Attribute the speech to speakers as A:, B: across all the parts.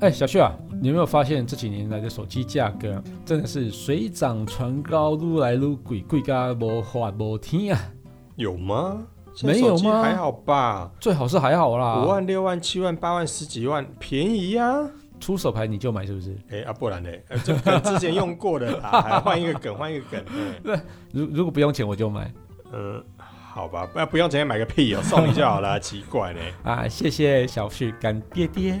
A: 哎，小旭啊，你有没有发现这几年来的手机价格啊真的是水涨船高，撸来撸鬼，贵咖无法无天啊！
B: 有吗？啊现在
A: 没有
B: 手机
A: 吗
B: 还好吧，
A: 最好是还好啦，
B: 五万、六万、七万、八万、十几万，便宜呀、啊。
A: 出手牌你就买是不是？
B: 哎、啊，不然呢？呃 这梗之前用过的啦，还换一个梗，换一个 梗。哎
A: 如如果不用钱我就买
B: 嗯，好吧，不不用直接买个屁哦，送你就好 了，奇怪呢。
A: 啊！谢谢小旭干爹爹。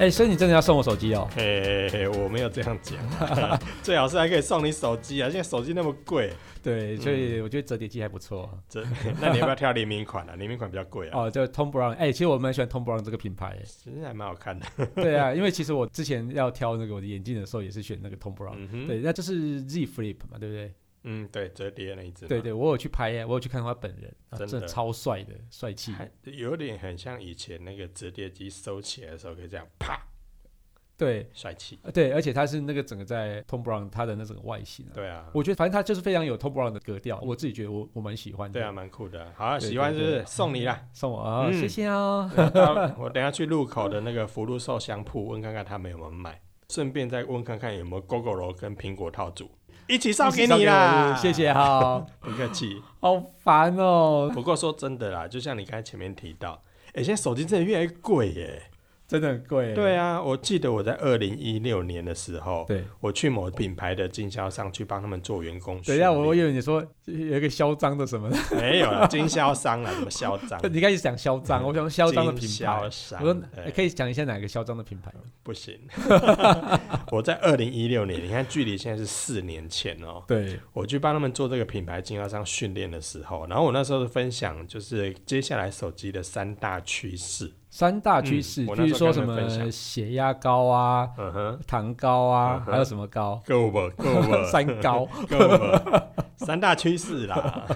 A: 哎、所以你真的要送我手机哦？
B: 嘿嘿嘿，我没有这样讲， 最好是还可以送你手机啊！现在手机那么贵，
A: 对，所以我觉得折叠机还不错、
B: 这那你要不要挑联名款啊？联名款比较贵啊，
A: 哦。就 Tom Brown，哎、其实我蛮喜欢 Tom Brown 这个品牌。哎
B: 其实还蛮好看的。
A: 对啊，因为其实我之前要挑那个我的眼镜的时候，也是选那个 Tom Brown。
B: 嗯哼，
A: 对，，那就是 Z Flip 嘛，对不对？
B: 嗯对，折叠那一只嘛，
A: 对对，我有去拍耶，我有去看过他本人，啊
B: 真的
A: 真的超帅的，帅气。
B: 还有点很像以前那个折叠机收起来的时候可以这样啪，
A: 对
B: 帅气。
A: 呃对，而且他是那个整个在 Tom Brown 他的那整个外形啊，
B: 对啊，
A: 我觉得反正他就是非常有 Tom Brown 的格调，我自己觉得我我蛮喜欢的。
B: 对啊，，蛮酷的。好啊，
A: 对
B: 喜欢
A: 对
B: 是不
A: 对
B: 是？送你 啦。
A: 送我啊，
B: 嗯
A: 谢谢啊。
B: 那我等一下去路口的那个福禄寿香铺问看看他们有没有卖，顺便再问看看有没有 GoGo 楼跟苹果套组一起烧给你啦。
A: 谢，谢哈，
B: 不客气。
A: 好烦哦，
B: 不过说真的啦，就像你刚才前面提到，哎、现在手机真的越来越贵耶。
A: 真的很贵。
B: 对啊，我记得我在二零一六年的时候，
A: 对，
B: 我去某品牌的经销商去帮他们做员工训
A: 等
B: 练。
A: 一下啊我我以为你说有一个嚣张的什么的，
B: 没有啦，经销商啦，怎么嚣 张？
A: 你开始讲嚣张，我想嚣张的品
B: 经
A: 牌
B: 销。商，
A: 我说
B: 哎
A: 可以讲一下哪个嚣张的品牌吗？
B: 不行。 我在二零一六年，你看距离现在是四年前哦，
A: 对，
B: 我去帮他们做这个品牌经销商训练的时候，然后我那时候分享就是接下来手机的三大趋势。
A: 三大趋势，
B: 嗯我
A: 比
B: 那
A: 如
B: 时候
A: 说
B: 跟
A: 什
B: 他们分享
A: 么血压高啊、
B: 嗯哼，
A: 糖高啊
B: 嗯，哼
A: 还有什么 高？
B: 够吧，够 吧，
A: 三高。
B: 够吧，三大趋势啦。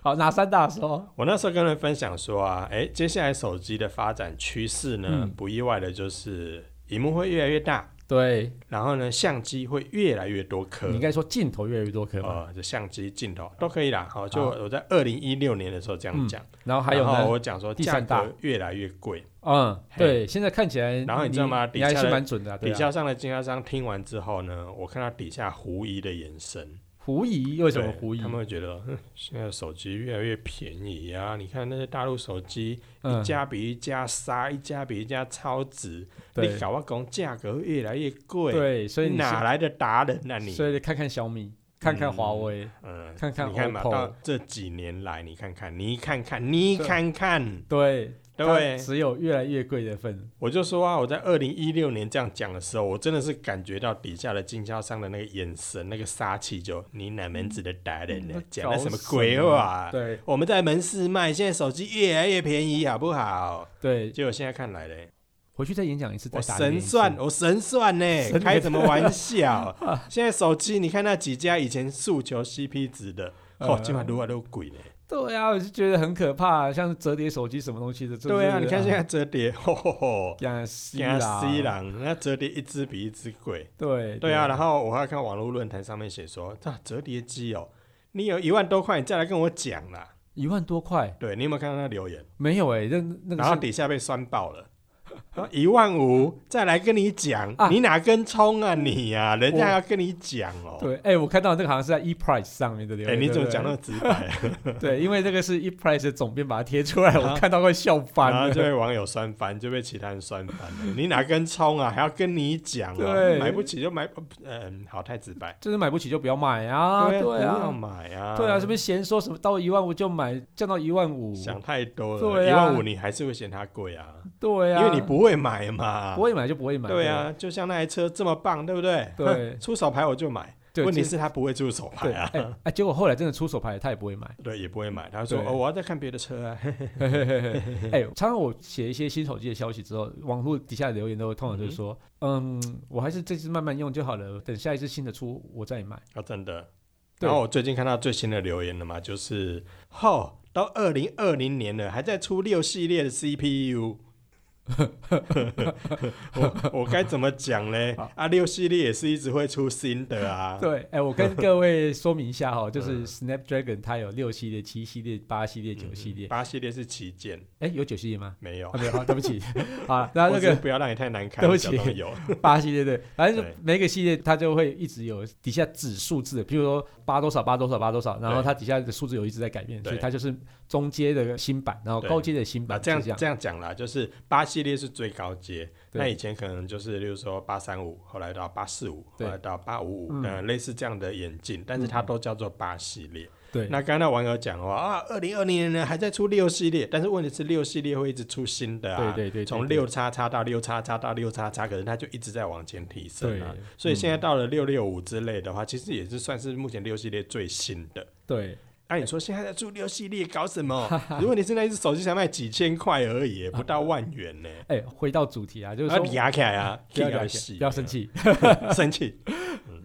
A: 好，哪三大说？
B: 我那时候跟人分享说啊，哎、接下来手机的发展趋势呢，
A: 嗯
B: 不意外的就是荧幕会越来越大，
A: 对，
B: 然后呢，相机会越来越多颗
A: 你。应该说镜头越来越多颗吧。
B: 呃，就相机、镜头都可以啦。好，就
A: 好
B: 我在二零一六年的时候这样讲，
A: 然后还有
B: 然后
A: 呢？
B: 我讲说
A: 第
B: 价
A: 三大
B: 格越来越贵，
A: 嗯，
B: 嘿
A: 对，现在看起来，
B: 然后你知道吗
A: 你
B: 底
A: 还
B: 下
A: 是
B: 的
A: 蛮准的啊。对
B: 底
A: 啊
B: 下上的经销商听完之后呢，我看到底下狐疑的眼神，
A: 狐疑为什么
B: 对
A: 狐疑
B: 他？们会觉得哼现在手机越来越便宜啊！你看那些大陆手机，
A: 嗯
B: 一，家比一家杀，一家比一家超值，你
A: 对
B: 搞我讲价格越来越贵，
A: 对，所以
B: 你
A: 你
B: 哪来的达人啊你？
A: 所以看看小米，看看华为，
B: 嗯，
A: 看看
B: 你看嘛，
A: OPPO
B: 到这几年来，你看看，你看看，你看看，
A: 对，
B: 对不
A: 它
B: 对，
A: 只有越来越贵的份。
B: 我就说啊，我在二零一六年这样讲的时候，我真的是感觉到底下的经销商的那个眼神、那个杀气就，你哪门子的达人呢
A: 嗯？
B: 讲的什么鬼话、啊？
A: 对
B: 我们在门市卖，现在手机越来越便宜，好不好？
A: 对，
B: 结果现在看来嘞，
A: 回去再演讲一次，再
B: 我
A: 打脸一
B: 神
A: 次
B: 算，我神算呢，
A: 神
B: 开什么玩 笑？现在手机，你看那几家以前诉求 CP 值的，哦
A: 呃，
B: 今晚撸啊撸鬼呢。
A: 对啊，我就觉得很可怕，像折叠手机什么东西的。真的
B: 对啊，
A: 是
B: 你看现在折叠， 吼吼吼，
A: 亚西
B: 加
A: 啦，
B: 西郎，那折叠一只比一只贵。
A: 对
B: 对啊，，然后我还看网络论坛上面写说，这、折叠机哦，你有一万多块，你再来跟我讲啦。
A: 一万多块
B: 对你有没有看到那留言？
A: 没有哎，那那
B: 然后
A: 个是
B: 底下被酸爆了， 一万五再来跟你讲，
A: 啊
B: 你哪根葱啊你呀、人家要跟你讲哦。
A: 对，哎，我看到那个好像是在 E Price 上面的留
B: 哎，
A: 言，
B: 你怎
A: 对不
B: 么
A: 对
B: 讲那么直白？
A: 对，因为这个是 E Price 的总编把它贴出 来，
B: 啊
A: 我看到会笑翻
B: 然后
A: 了。
B: 就被网友酸翻，就被其他人酸翻了。你哪根葱啊，还要跟你讲哦？
A: 对
B: 买不起就买，呃嗯，好，太直白。
A: 就是买不起就不要买啊，
B: 对
A: 对
B: 不要
A: 啊，
B: 买啊。
A: 对啊，是不是嫌说什么到一万五就买，降到一万五？
B: 想太多了，
A: 对
B: 一
A: 啊
B: 万五你还是会嫌它贵啊，
A: 对啊，
B: 因为你不会买嘛。啊
A: 不会买就不会买，
B: 对，啊，就像那台车这么棒，对不对？
A: 对
B: 出手牌我就买，
A: 对，
B: 问题
A: 就是
B: 他不会出手牌
A: 对，
B: 啊，
A: 哎、哎结果后来真的出手牌，他也不会买。
B: 对，也不会买。他说
A: 对
B: 哦，我要再看别的车啊。
A: 嘿嘿嘿嘿 哎、常常我写一些新手机的消息之后，网络底下留言都会通常就是说，嗯我还是这次慢慢用就好了，等下一次新的出我再买。
B: 啊，真的。
A: 对
B: 然后我最近看到最新的留言了嘛，就是吼，到二零二零年了，还在出六系列的 CPU。我我该怎么讲嘞？啊，六系列也是一直会出新的啊。
A: 对，哎、我跟各位说明一下 哈，就是
B: 嗯
A: Snapdragon 它有六系列、七系列、八系列、九系列，
B: 嗯八系列是旗舰，
A: 哎、有九系列吗？
B: 没有
A: 啊，。没有，好对不 起，好啦，那
B: 我
A: 那
B: 只是
A: 个
B: 不要让你太难看，
A: 对不起
B: 假装有
A: 八系列 对，反正就
B: 对
A: 每个系列它就会一直有底下指数字，比如说八多少八多少八多少，然后
B: 对
A: 它底下的数字有一直在改变，所以
B: 对
A: 它就是中阶的新版，然后
B: 对
A: 高阶的新
B: 啊，
A: 版，
B: 这样
A: 是这样
B: 这样讲啦，就是八系列是最高阶，
A: 对
B: 那以前可能就是，例如说八三五，后来到八四五，后
A: 对
B: 来到八五五，
A: 嗯
B: 嗯，类似这样的眼镜，但是它都叫做八系列。
A: 对，
B: 那刚才网友讲话啊，二零二零年呢还在出六系列，但是问题是六系列会一直出新的啊，
A: 对对对，
B: 从
A: 对
B: 六叉叉到六叉叉到六叉叉，可是它就一直在往前提升
A: 对嗯
B: 啊。所以现在到了六六五之类的话，其实也是算是目前六系列最新的。
A: 对
B: 那、你说现在在出六系列搞什么？如果你是那一只手机才卖几千块而已，不到万元呢。
A: 哎，回到主题啊，就是
B: 啊，
A: 说
B: 比牙起来啊，
A: 不要
B: 气到
A: 了
B: 死
A: 解，不要生气，
B: 哎生气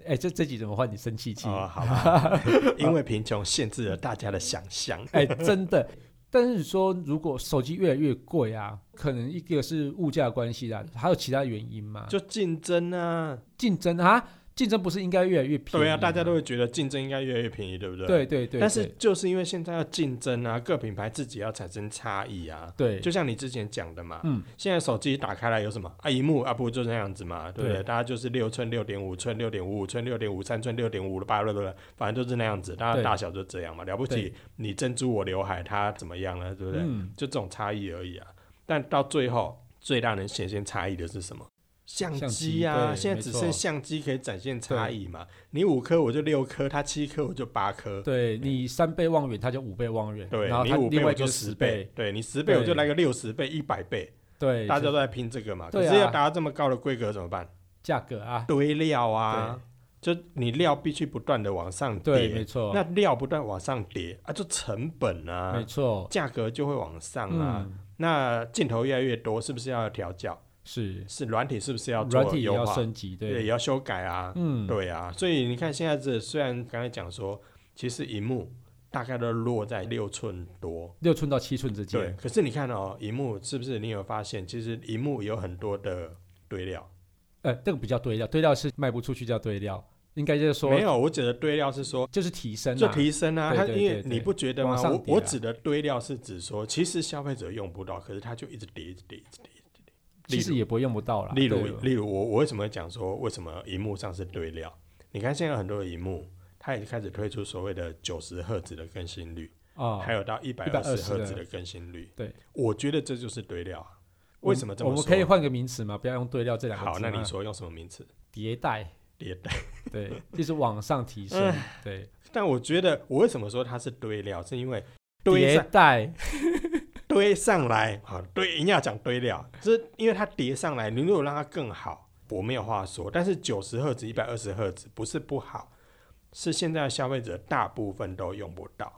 A: 哎，这这集怎么换你生 气气？
B: 哦，好吧， 因为贫穷限制了大家的想象。
A: 哎，真的。但是说，如果手机越来越贵啊，可能一个是物价关系啦，还有其他原因嘛？
B: 就竞争啊，
A: 竞争啊，竞争不是应该越来越便宜吗？
B: 对啊，大家都会觉得竞争应该越来越便宜，对不对？
A: 对对对，
B: 但是
A: 对
B: 就是因为现在要竞争啊，各品牌自己要产生差异啊。
A: 对，
B: 就像你之前讲的嘛，
A: 嗯，
B: 现在手机打开来有什么啊？荧幕啊，不就那样子嘛，对不对？
A: 对
B: 大家就是六寸、六点五寸、六点五五寸、六点五三寸、六点五八，对不对？反正就是那样子，大家
A: 对
B: 大小就这样嘛。了不
A: 对
B: 起，你珍珠我刘海，它怎么样了，对不对？
A: 嗯，
B: 就这种差异而已啊。但到最后，最让人显现差异的是什么？相
A: 相
B: 机
A: 机
B: 啊，
A: 对
B: 现在
A: 没
B: 只
A: 错
B: 剩相机可以展现差异嘛。你五颗我就六颗，他七颗我就八颗，
A: 对你三倍望远，它就五倍望远，
B: 对
A: 然后
B: 你
A: 它
B: 五
A: 另
B: 倍
A: 外
B: 我
A: 一个
B: 就
A: 十
B: 十倍，，对你十倍我就
A: 对
B: 来个六十倍、一百倍，
A: 对，
B: 大家
A: 就
B: 都在拼这个嘛。可
A: 对啊
B: 是要达到这么高的规格怎么办？
A: 价格啊，
B: 堆料啊，就你料必须不断的往上
A: 对，没
B: 叠，
A: 错，
B: 那料不断往上叠啊，就成本
A: 没
B: 啊，
A: 错，
B: 价格就会往上啊。
A: 嗯，
B: 那镜头越来越多，是不是要调教？
A: 是
B: 是软体是不是要做
A: 软体也
B: 优
A: 要
B: 化？
A: 升级，
B: 对，
A: 对，
B: 也要修改啊。
A: 嗯，
B: 对啊，所以你看现在这虽然刚才讲说，其实荧幕大概都落在六寸多。
A: 六寸到七寸之
B: 对，
A: 间，
B: 可是你看哦，荧幕是不是你有发现，其实荧幕有很多的堆料？
A: 呃，这个不叫堆料，堆料是卖不出去叫堆料，应该就是说
B: 没有，我指的堆料是说
A: 就是提升
B: 就
A: 啊，
B: 提升啊，
A: 对
B: 它
A: 对
B: 因为
A: 对对
B: 你不觉得吗？
A: 往上
B: 我
A: 叠啊
B: 我指的堆料是指说，其实消费者用不到，可是它就一直叠，一直叠，一直叠。
A: 其实也不会用不到啦，
B: 例如
A: 对，
B: 例如我我为什么会讲说为什么荧幕上是堆料？你看现在很多的荧幕，它已经开始推出所谓的九十赫兹的更新率，
A: 啊
B: 还，有到一百二
A: 120
B: 十赫兹的更新率。
A: 对，
B: 我觉得这就是堆料啊。
A: 我
B: 为什么这么
A: 我
B: 说？
A: 们可以换个名词嘛，不要用堆料这两个
B: 好，
A: 字
B: 那
A: 嘛
B: 你说用什么名词？
A: 迭代，
B: 迭代。
A: 对， 就是往上提升，
B: 哎
A: 对，
B: 但我觉得我为什么说它是堆料，是因为堆
A: 迭
B: 上
A: 代，
B: 堆上来，好堆，一定要讲堆料，就是因为它叠上来，你如果让它更好，我没有话说。但是九十赫兹、一百二十赫兹不是不好，是现在的消费者大部分都用不到。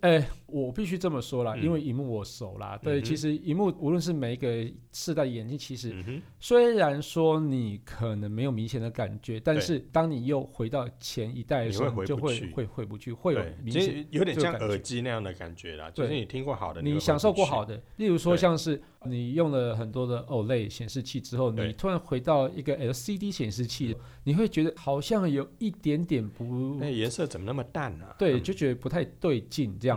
A: 哎、我必须这么说啦，
B: 嗯
A: 因为荧幕我熟啦。对，
B: 嗯哼
A: 其实荧幕无论是每一个世代的眼镜，其实、
B: 嗯哼，
A: 虽然说你可能没有明显的感觉，但是当你又回到前一代的时候，
B: 你会
A: 你就
B: 回不
A: 会
B: 去
A: 会回不去，会有
B: 对，
A: 明
B: 其
A: 显。
B: 实有点
A: 这
B: 像
A: 个感觉
B: 耳机那样的感觉啦，就是
A: 对
B: 你听过好的，
A: 你
B: 会
A: 享受过好
B: 回
A: 的，例如说
B: 对
A: 像是你用了很多的 OLED 显示器之后，你
B: 对
A: 突然回到一个 LCD 显示器，你会觉得好像有一点点不
B: 不去，那颜色怎么那么淡呢、啊？
A: 对，
B: 嗯
A: 就觉得不太对劲这样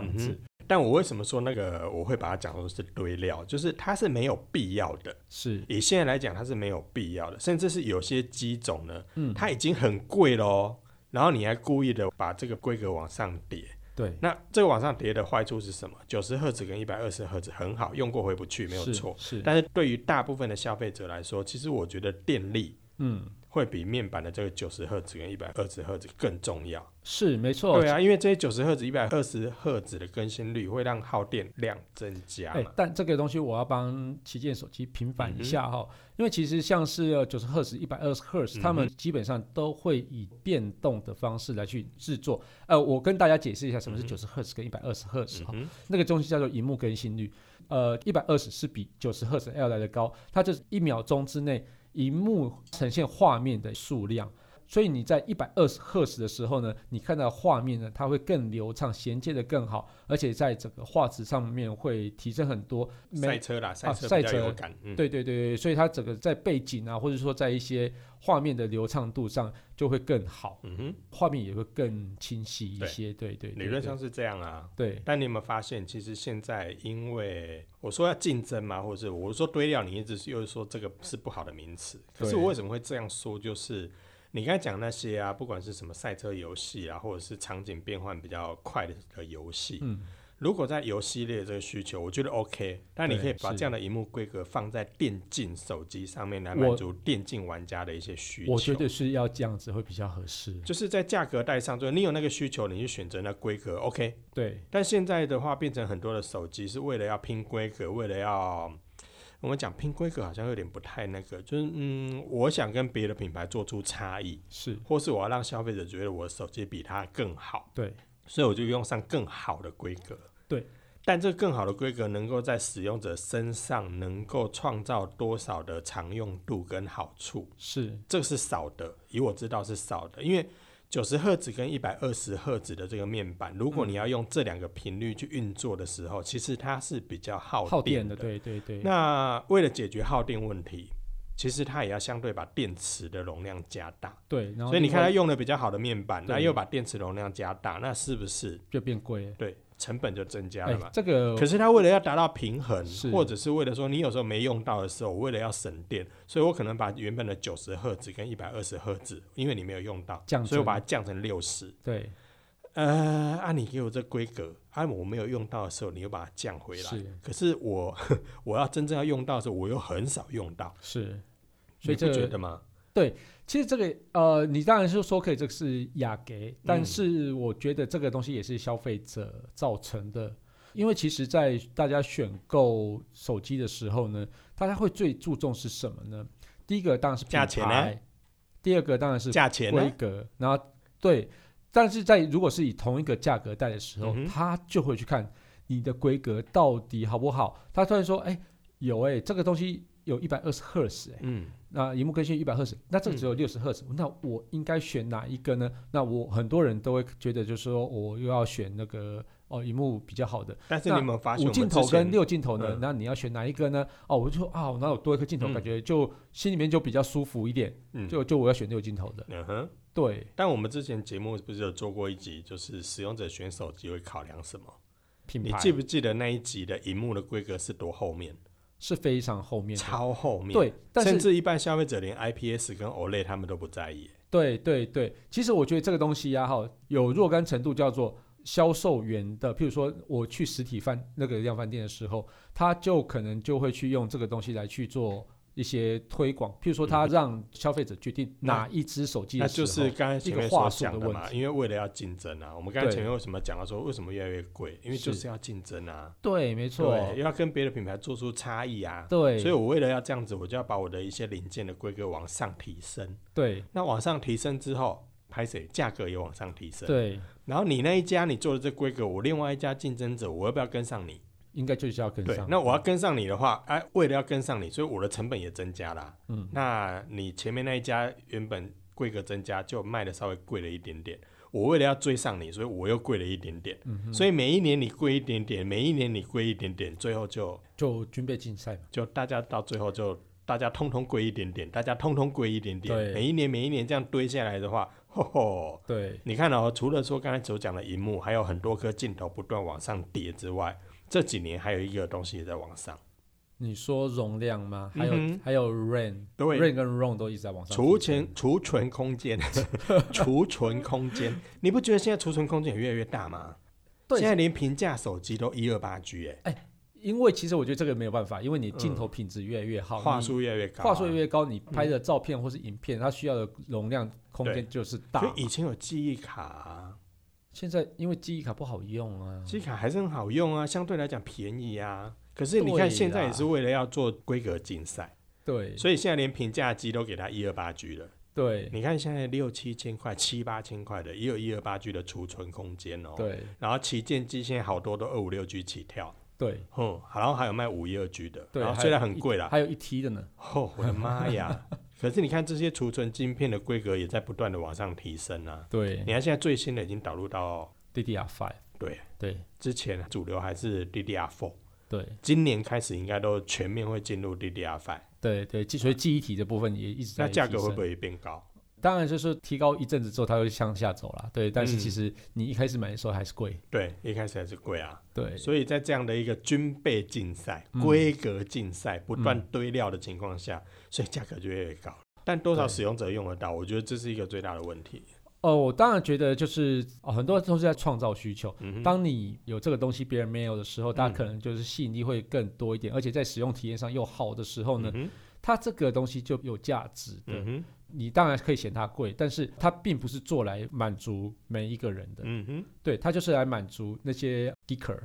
A: 子。
B: 嗯但我为什么说那个我会把它讲成是堆料，就是它是没有必要的。
A: 是，
B: 以现在来讲，它是没有必要的，甚至是有些机种呢，
A: 嗯，
B: 它已经很贵了哦，然后你还故意的把这个规格往上叠，
A: 对，
B: 那这个往上叠的坏处是什么？九十赫兹跟一百二十赫兹很好，用过回不去，没有
A: 是
B: 错。
A: 是，
B: 但是对于大部分的消费者来说，其实我觉得电力
A: 嗯，
B: 会比面板的这个九十赫兹跟一百二十赫兹更重要。
A: 是没错。
B: 对啊，因为这些九十赫兹、一百二十赫兹的更新率会让耗电量增加
A: 哎、
B: 嘛。
A: 但这个东西我要帮旗舰手机平反一
B: 嗯
A: 下哈、因为其实像是九十赫兹、一百二十赫兹，他们基本上都会以变动的方式来去制作。呃，我跟大家解释一下什么是九十赫兹跟一百二十赫兹
B: 嗯
A: 哈，
B: 哼，
A: 那个东西叫做荧幕更新率。呃，一百二十是比九十赫兹要来的高，它就是一秒钟之内荧幕呈现画面的数量。所以你在一百二十赫兹的时候呢，你看到的画面呢，它会更流畅，衔接的更好，而且在整个画质上面会提升很多。
B: 赛
A: 没
B: 车啦，赛
A: 啊
B: 车
A: 赛
B: 比较
A: 车
B: 有感。嗯，
A: 对对对对，所以它整个在背景啊，或者说在一些画面的流畅度上就会更好，
B: 嗯哼，
A: 画面也会更清晰一
B: 对
A: 些。对对对
B: 理论上是这样啊。
A: 对对
B: 但你有没有发现，其实现在因为我说要竞争嘛，或者是我说堆料，你一直是又说这个是不好的名词。可是
A: 对
B: 我为什么会这样说？就是你刚才讲那些啊，不管是什么赛车游戏啊，或者是场景变换比较快的的游戏，
A: 嗯，
B: 如果在游戏类的这个需求，我觉得 OK。但你可以
A: 对
B: 把
A: 是
B: 这样的荧幕规格放在电竞手机上面来
A: 我
B: 满足电竞玩家的一些需求。
A: 我觉得是要这样子会比较合适。
B: 就是在价格带上，就是你有那个需求，你去选择那规格 OK。
A: 对，
B: 但现在的话，变成很多的手机是为了要拼规格，为了要我们讲拼规格好像有点不太那个，就是嗯，我想跟别的品牌做出差异，
A: 是，
B: 或是我要让消费者觉得我的手机比它更好，
A: 对，
B: 所以我就用上更好的规格。
A: 对，
B: 但这更好的规格能够在使用者身上能够创造多少的常用度跟好处？
A: 是。
B: 这个是少的，以我知道是少的，因为九十赫兹跟一百二十赫兹的这个面板，
A: 嗯
B: 如果你要用这两个频率去运作的时候，其实它是比较耗
A: 耗
B: 电
A: 电的，。对对对，
B: 那为了解决耗电问题，其实它也要相对把电池的容量加大。
A: 对，然后
B: 所以你
A: 另
B: 看，
A: 外
B: 它用了比较好的面板，
A: 对
B: 那又把电池容量加大，那是不是
A: 就变贵了。
B: 对成本就增加
A: 哎
B: 了嘛，？
A: 这个
B: 可是它为了要达到平衡
A: 是，
B: 或者是为了说你有时候没用到的时候，我为了要省电，所以我可能把原本的九十赫兹跟一百二十赫兹，因为你没有用到，
A: 降
B: 所以我
A: 成
B: 把它降成六十。
A: 对
B: 呃，按、你给我这规格，按、我没有用到的时候，你又把它降回来
A: 是。
B: 可是我 我要真正要用到的时候，我又很少用到，
A: 是，所以
B: 你
A: 这
B: 不觉
A: 个
B: 得吗？
A: 其实这个呃，你当然是说可以，这个是雅给，
B: 嗯
A: 但是我觉得这个东西也是消费者造成的。因为其实，在大家选购手机的时候呢，大家会最注重是什么呢？第一个当然是品
B: 价钱呢
A: 牌，第二个当然是
B: 价钱
A: 规
B: 呢？
A: 格，然后对，但是在如果是以同一个价格带的时候，
B: 嗯哼
A: 他就会去看你的规格到底好不好。他突然说：“哎，有哎、这个东西有一百二十赫兹哎，
B: 嗯，
A: 那荧幕更新一百赫兹，那这个只有六十赫兹，那我应该选哪一个呢？”那我很多人都会觉得，就是说哦我又要选那个哦，荧幕比较好的。
B: 但是你
A: 那
B: 有没有发现
A: 五
B: 我们
A: 镜
B: 之
A: 头
B: 前
A: 跟六镜头呢
B: 嗯？
A: 那你要选哪一个呢？哦，我就说啊，那有多一颗镜头，
B: 嗯
A: 感觉就心里面就比较舒服一点，
B: 嗯
A: 就就我要选六镜头的。
B: 嗯哼。
A: 对，
B: 但我们之前节目不是有做过一集，就是使用者选手机会考量什么？
A: 品
B: 你
A: 牌
B: 记不记得那一集的荧幕的规格是多后面？
A: 是非常后面的。
B: 超后面。，
A: 对，但
B: 甚
A: 是
B: 至一般消费者连 IPS 跟 OLED 他们都不在意。
A: 对对对，其实我觉得这个东西呀、啊哈，有若干程度叫做销售员的，譬如说我去实体饭那个量贩店的时候，他就可能就会去用这个东西来去做一些推广，譬如说他让消费者决定哪一只手机
B: 嗯那
A: 的时
B: 就
A: 候，
B: 是刚才前面所讲的
A: 一个话术的
B: 嘛，
A: 问
B: 因为为了要竞争啊，我们刚才
A: 对
B: 前面为什么讲到说为什么越来越贵？因为
A: 是
B: 就是要竞争啊，
A: 对，没错，
B: 对，又要跟别的品牌做出差异啊。
A: 对，
B: 所以我为了要这样子，我就要把我的一些零件的规格往上提升。
A: 对
B: 那往上提升之后，拍谁价格也往上提升。
A: 对，
B: 然后你那一家你做的这规格，我另外一家竞争者，我要不要跟上你？
A: 应该就是要跟
B: 对
A: 上，。嗯
B: 那我要跟上你的话，哎、为了要跟上你，所以我的成本也增加啦。
A: 嗯，
B: 那你前面那一家原本规格增加，就卖的稍微贵了一点点。我为了要追上你，所以我又贵了一点点。嗯、所以每一年你贵一点点，每一年你贵一点点，最后就
A: 就军备竞赛嘛，
B: 就大家到最后就大家通通贵一点点，大家通通贵一点点。
A: 对
B: 每一年每一年这样堆下来的话，吼吼，
A: 对
B: 你看哦，除了说刚才所讲的荧幕，还有很多颗镜头不断往上叠之外，这几年还有一个东西也在往上。
A: 你说容量吗？还有、
B: 嗯哼
A: 还有 RAM，
B: 对
A: RAM 跟 ROM 都一直在往上提
B: 储
A: 升
B: 存储存空间， 储存空间，你不觉得现在储存空间也越来越大吗？
A: 对
B: 现在连平价手机都一二八 G 哎，
A: 因为其实我觉得这个没有办法，因为你镜头品质越来越好，
B: 画
A: 你
B: 嗯术越来越高啊、
A: 哦嗯画术越来越高，你拍的照片或是影片，它需要的容量空
B: 对
A: 间就是大
B: 所
A: 嘛。
B: 以以前有记忆卡啊、
A: 现在因为记忆卡不好用啊，
B: 记忆卡还是很好用啊，相对来讲便宜啊。可是你
A: 对啦
B: 看现在也是为了要做规格竞赛，
A: 对
B: 所以现在连平价机都给它一二八 G 了。
A: 对
B: 你看现在六七千块、七八千块的也有一二八 G 的储存空间哦。。
A: 对
B: 然后旗舰机现在好多都二五六 G 起跳，
A: 对，
B: 哼、然后还有卖五一二 G 的，
A: 对
B: 然后
A: 还
B: 虽然
A: 有
B: 很
A: 一
B: 贵啦，
A: 还有一 T 的呢，
B: 哦，我的妈呀！ 可是你看这些储存晶片的规格也在不断的往上提升啊。
A: 对
B: 你看现在最新的已经导入到
A: DDR Five，
B: 对
A: 对
B: 之前啊主流还是 DDR4，
A: 对
B: 今年开始应该都全面会进入 DDR5，
A: 对对，记所以记忆体的部分也一直在
B: 那价
A: 提
B: 格会
A: 升
B: 不会变高？
A: 当然就是提高一阵子之后，它会向下走啦。对，但是
B: 嗯
A: 其实你一开始买的时候还是贵。
B: 对，一开始还是贵啊。
A: 对
B: 所以在这样的一个军备竞赛、
A: 嗯
B: 规格竞赛不断
A: 嗯
B: 堆料的情况下，所以价格就越来越高。但多少
A: 对
B: 使用者用得到，我觉得这是一个最大的问题。
A: 哦，我当然觉得就是、哦、很多都是在创造需求。
B: 嗯哼，
A: 当你有这个东西，别人没有的时候，大
B: 嗯
A: 家可能就是吸引力会更多一点，而且在使用体验上又好的时候呢，
B: 嗯哼
A: 它这个东西就有价值的。
B: 嗯哼，
A: 你当然可以嫌它贵，但是它并不是做来满足每一个人的，
B: 嗯哼，
A: 对，它就是来满足那些 geeker，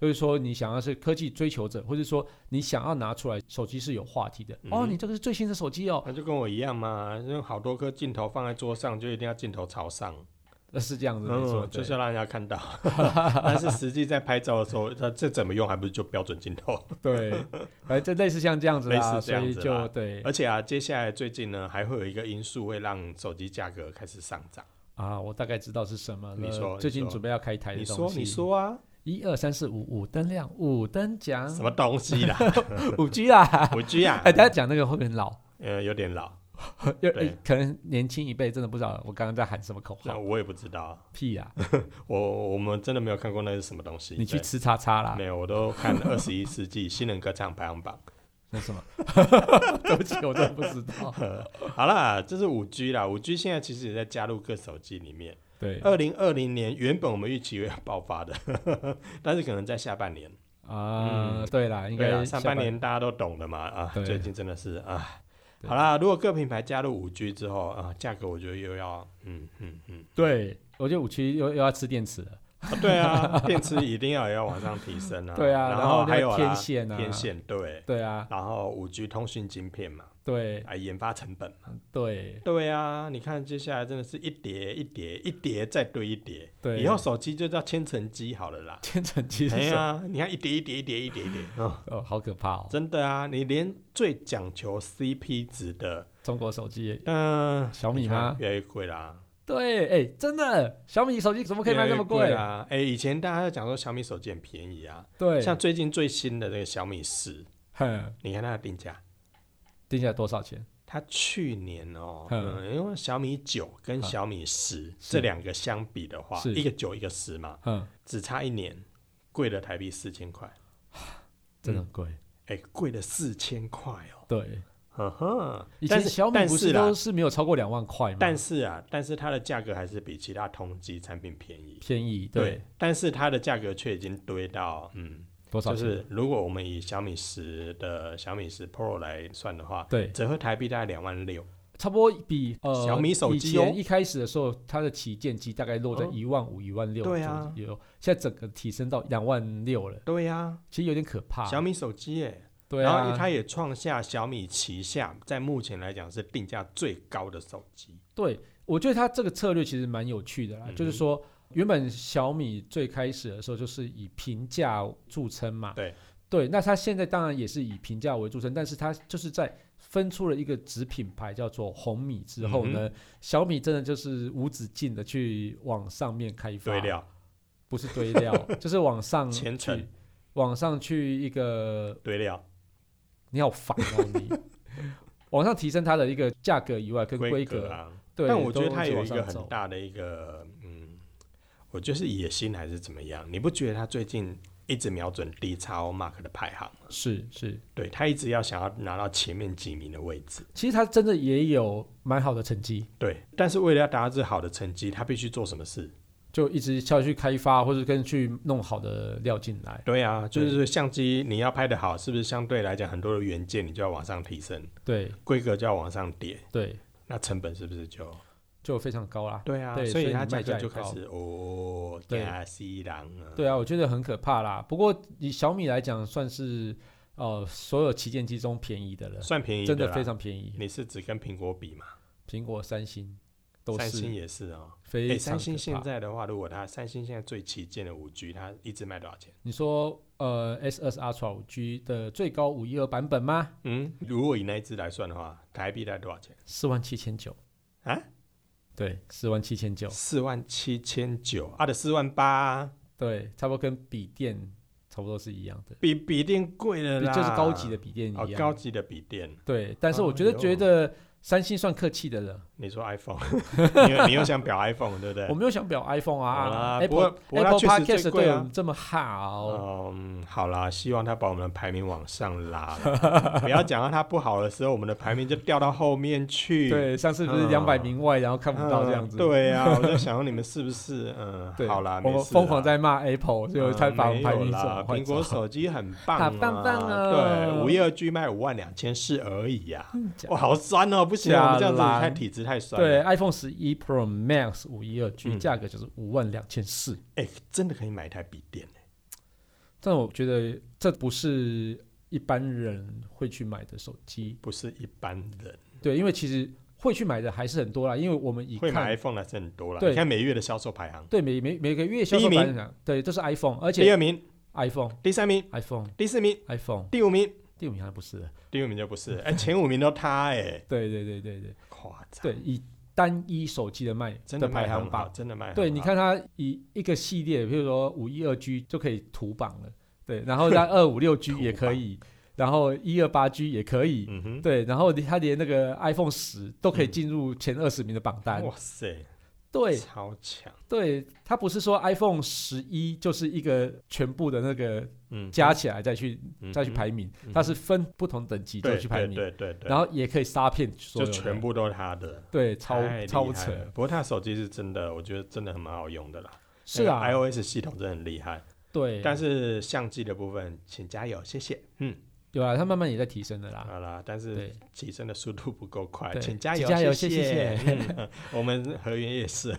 A: 就是说你想要是科技追求者，或者说你想要拿出来手机是有话题的，哦，
B: 嗯
A: 你这个是最新的手机哦，
B: 那就跟我一样嘛，用好多颗镜头放在桌上，就一定要镜头朝上，嗯
A: 呃是这样子，没错，
B: 就
A: 对
B: 是要让人 家看到。但是实际在拍照的时候， 它这怎么用还不是就标准镜头？
A: 对，反正就类似像这样子
B: 类
A: 啦，
B: 似这样子
A: 所以
B: 啦
A: 就对
B: 而且啊，接下来最近呢，还会有一个因素会让手机价格开始上涨。
A: 啊，我大概知道是什么了。
B: 你说
A: 最
B: 你
A: 近
B: 说
A: 准备要开台
B: 你
A: 的
B: 说
A: 哎东，西，
B: 你说啊，
A: 一二三四五五等量五等奖
B: 什么东西 啦？
A: 五 G 啦，
B: 五 G 啊
A: 啊哎，，大家讲那个会不会很老？
B: 呃，有点老，
A: 有
B: 对
A: 哎可能年轻一辈真的不知道我刚刚在喊什么口
B: 那
A: 号，
B: 我也不知道，
A: 屁啊！
B: 我我们真的没有看过那是什么东西。
A: 你去
B: 对
A: 吃叉叉啦
B: 没，有，我都看二十一世纪新人歌唱排行榜。
A: 那 什么？对不起，我真的不知道。
B: 好啦，这是五 G 啦，五 G 现在其实也在加入各手机里面。
A: 对啊
B: 二零二零年原本我们预期会爆发的， 但是可能在下半年。
A: 啊，对啦，应
B: 嗯对啦，
A: 该
B: 上
A: 下
B: 半年大家都懂的嘛啊，
A: 对
B: 最近真的是啊。
A: 对
B: 好啦，如果各品牌加入五 G 之后啊，价格我觉得又要嗯嗯嗯、
A: 对，我觉得五 G 又又要吃电池了。
B: 啊 对啊，电池一定要也要往上提升啊。
A: 对啊，
B: 然
A: 后
B: 还
A: 那
B: 有
A: 个
B: 啦
A: 天线啊，
B: 天，线对，
A: 对啊，
B: 然后五 G 通讯晶片嘛，
A: 对
B: 啊研发成本嘛，
A: 对
B: 对啊，你看接下来真的是一叠一叠一叠再堆一叠，
A: 对，
B: 以后手机就叫千层机好了啦。
A: 千层机是
B: 哎
A: 什么？
B: 呀，你看一叠一叠一叠一叠一 叠，嗯，
A: 哦，好可怕哦！
B: 真的啊，你连最讲求 CP 值的，
A: 中国手机也
B: 嗯、
A: 小米
B: 你看
A: 吗？
B: 越来越贵啦，
A: 对，哎、真的，小米手机怎么可以卖这么
B: 越来
A: 贵？
B: 越啦？哎、以前大家都讲说小米手机很便宜啊，
A: 对，
B: 像最近最新的这个小米十，
A: 哼，
B: 你看它的定价，
A: 定下来多少钱？
B: 它去年哦、
A: 嗯
B: 嗯，因为小米九跟小米十
A: 是
B: 这两个相比的话，
A: 是
B: 一个九一个十嘛，
A: 哼，
B: 只差一年，贵了台币四千块，
A: 真的很贵。
B: 哎、贵了四千块哦，
A: 对，
B: 呵呵
A: 以，前
B: 但是
A: 小米
B: 但
A: 不
B: 是
A: 是
B: 啦
A: 都是没有超过两万块吗？
B: 但是啊，但是它的价格还是比其他同级产品便宜。
A: 便宜，对，，
B: 但是它的价格却已经堆到，嗯，
A: 多少
B: 就
A: 钱？
B: 是如果我们以小米十的小米十 Pro 来算的话，
A: 对，
B: 折合台币大概两万六，
A: 差不多比呃
B: 小米手机
A: 以
B: 哦
A: 前一开始的时候，它的旗舰机大概落在
B: 嗯
A: 一万五、一万六
B: 对啊
A: 左右，现在整个提升到两万六了，
B: 对呀、
A: 其实有点可怕。
B: 小米手机耶，
A: 对
B: 然后
A: 啊，
B: 它也创下小米旗下在目前来讲是定价最高的手机，
A: 对，我觉得它这个策略其实蛮有趣的啦，
B: 嗯
A: 就是说，原本小米最开始的时候就是以平价著称嘛，
B: 对
A: 对，那它现在当然也是以平价为著称，但是它就是在分出了一个子品牌叫做红米之后
B: 嗯
A: 呢，小米真的就是无止境的去往上面开发，
B: 对料
A: 不是堆 料，就是往上
B: 前
A: 去
B: 程，
A: 往上去一个，
B: 对料，
A: 你好烦哦你。 往上提升它的一个价格以外，跟规
B: 格啊，
A: 对，
B: 但我觉得
A: 都
B: 它
A: 直
B: 有
A: 往
B: 一
A: 上
B: 个很
A: 走
B: 大的一个，嗯，我就是野心还是怎么样，你不觉得它最近一直瞄准 D x O Mark 的排行吗？
A: 是是，
B: 对他一直要想要拿到前面几名的位置，
A: 其实他真的也有蛮好的成绩，
B: 对。但是为了要达到这好的成绩，他必须做什么事？
A: 就一直下去开发，或者跟去弄好的料进来。
B: 对啊，就是相机你要拍的好，是不是相对来讲很多的元件你就要往上提升，
A: 对
B: 规格就要往上叠，
A: 对，
B: 那成本是不是就
A: 就非常高啦。
B: 对啊？
A: 对所
B: 所
A: 以
B: 它
A: 你
B: 价
A: 卖
B: 格
A: 价
B: 就
A: 也
B: 开
A: 高
B: 始哦，
A: 对
B: 加西郎啊，
A: 对啊，我觉得很可怕啦。不过以小米来讲，算是呃所有旗舰机中便宜的了，
B: 算便宜
A: 真
B: 的
A: 的
B: 啦
A: 非。常便宜。
B: 你是只跟苹果比嘛？
A: 苹果、三星都
B: 三星
A: 是
B: 也是哦。
A: 非
B: 哎、
A: 常
B: 三星
A: 可
B: 现
A: 怕
B: 在的话，如果它三星现在最旗舰的五 G，它一直卖多少钱？
A: 你说呃 S 二十 Ultra 五 G 的最高五一二版本吗？
B: 嗯，如果以那一只来算的话，台币大概多少钱？
A: 四万七千九
B: 啊？
A: 对，四万七千九，
B: 四万七千九啊，的四万八，
A: 对，差不多跟笔电差不多是一样的，
B: 比笔电贵了
A: 比
B: 啦，
A: 就是高级的笔电一
B: 哦
A: 样。，
B: 高级的笔电。
A: 对，但是我觉
B: 哎
A: 得
B: 呦
A: 觉得三星算客气的了，
B: 你 说 iPhone，你又你又想表 iPhone 对不对
A: 我？没有想表 iPhone
B: 好
A: 啊
B: 啦不过
A: ，Apple
B: 不过它
A: Apple
B: 确
A: Podcast
B: 实最贵
A: 对
B: 啊
A: 我们这么好，
B: 嗯，好啦，希望它把我们的排名往上拉， 不要讲到它不好的时候，我们的排名就掉到后面去。
A: 对，上次不是
B: 嗯
A: 两百名外，然后看
B: 嗯，
A: 不到这样子，
B: 对啊，我在想你们是不是嗯，
A: 对，
B: 好啦，
A: 我
B: 没
A: 们
B: 事
A: 疯狂
B: 啦
A: 在骂 Apple，所以他把我们
B: 嗯
A: 排
B: 没
A: 名
B: 有
A: 怎么
B: 啦，
A: 换
B: 苹
A: 走
B: 果手机很棒、啊，
A: 好棒棒啊
B: 对，五一二 G 卖五万两千四而已 呀、啊，
A: 假
B: 哇，好酸哦，不行、
A: 假
B: 啊，我们这样子
A: 啦
B: 太体质太酸
A: 对啊
B: 了。
A: ，iPhone 十一 Pro Max 五一二 G
B: 嗯
A: 价格就是五万两千四，
B: 哎、真的可以买一台笔电、欸、
A: 但我觉得这不是一般人会去买的手机。
B: 不是一般人
A: 对，因为其实会去买的还是很多啦，因为我们以
B: 会
A: 看
B: 买 iPhone 的是很多了。
A: 对
B: 你看每月的销售排行，
A: 对每每每个月销
B: 第一
A: 售
B: 名
A: 排行榜，对，都是 iPhone，而
B: 第
A: 且
B: 二名、
A: iPhone、
B: 第三名、
A: iPhone、
B: 第四名、
A: iPhone，
B: 第五名，
A: 第五名好像不是了。
B: 第五名就不 是，哎、前五名都他哎、
A: 对对对对对
B: 夸张，
A: 对，以单一手机的卖
B: 真的
A: 排
B: 卖很好
A: 行榜，
B: 真的卖很
A: 对，
B: 好
A: 你，看它以一个系列，比如说五一二 G 就可以图榜了，对，然后它二五六 G
B: 图
A: 也可以，然后一二八 G 也可以，
B: 嗯哼，
A: 对，然后它连那个 iPhone 十都可以进入前二十名的榜单。
B: 哇塞，
A: 对
B: 超强，
A: 对，它不是说 iPhone 十一就是一个全部的那个
B: 嗯，
A: 加起来再去、
B: 嗯
A: 再去排名，
B: 嗯
A: 它是分不同等级就
B: 对
A: 去排名，
B: 对对对对，
A: 然后也可以杀骗所
B: 就
A: 有的
B: 全部都是他的。
A: 对超
B: 太厉
A: 超
B: 害
A: 扯，
B: 了不过他手机是真的，我觉得真的很蛮好用的啦。
A: 是
B: 那
A: 啊，
B: 个，iOS 系统真的很厉害，
A: 对，
B: 但是相机的部分请加油，谢谢。嗯，
A: 有啊，它慢慢也在提升的啦，
B: 好啦，但是
A: 对
B: 起身的速度不够快，
A: 对
B: 请加油，
A: 请加油
B: 谢
A: 谢谢
B: 嗯我们河源也是。啊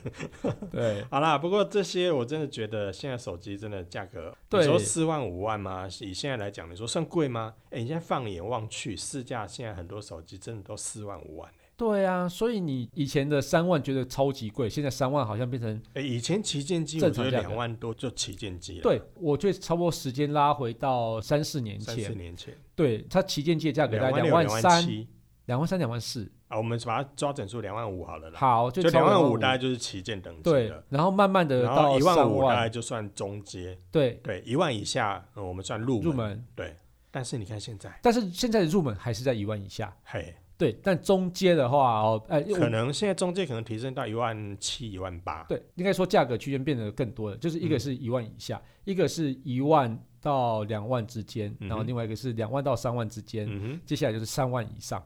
A: 对。
B: 好啦，不过这些我真的觉得现在手机真的价格，你
A: 对
B: 说四万五万吗？以现在来讲，你说算贵吗？哎，你现在放眼望去，市价现在很多手机真的都四万五万。
A: 对啊，所以你以前的三万觉得超级贵，现在三万好像变成
B: 哎，以前旗舰机我
A: 正
B: 觉
A: 常
B: 得
A: 价格
B: 两万多就旗舰机了，，
A: 对我觉得差不多时间拉回到三四年
B: 三四
A: 前，
B: 年前。
A: 对它旗舰机的价格大概
B: 两
A: 两
B: 万
A: 万
B: 六、两万
A: 三、
B: 七
A: 两万三、两万四，
B: 啊，我们把它抓整数两万五好了啦，
A: 好就
B: 就
A: 超
B: 两万
A: 五
B: 五大概就是旗舰等级
A: 对
B: 的，，
A: 然后慢慢的
B: 然
A: 到
B: 后一万
A: 三
B: 五大概就算中阶，
A: 对
B: 对，一万以下、嗯我们算入门，
A: 入门，
B: 对。但是你看现在，
A: 但是现在的入门还是在一万以下，
B: 嘿，
A: 对，但中阶的话哦，哎，
B: 可
A: 我
B: 能现在中介可能提升到一万七、一万八，
A: 对，应该说价格区间变得更多了，就是一个
B: 嗯
A: 是一万以下，一个是一万到两万之间，然
B: 嗯
A: 后
B: 哼
A: 另外一个是两万到三万之间，
B: 嗯哼，
A: 接下来就是三万以上。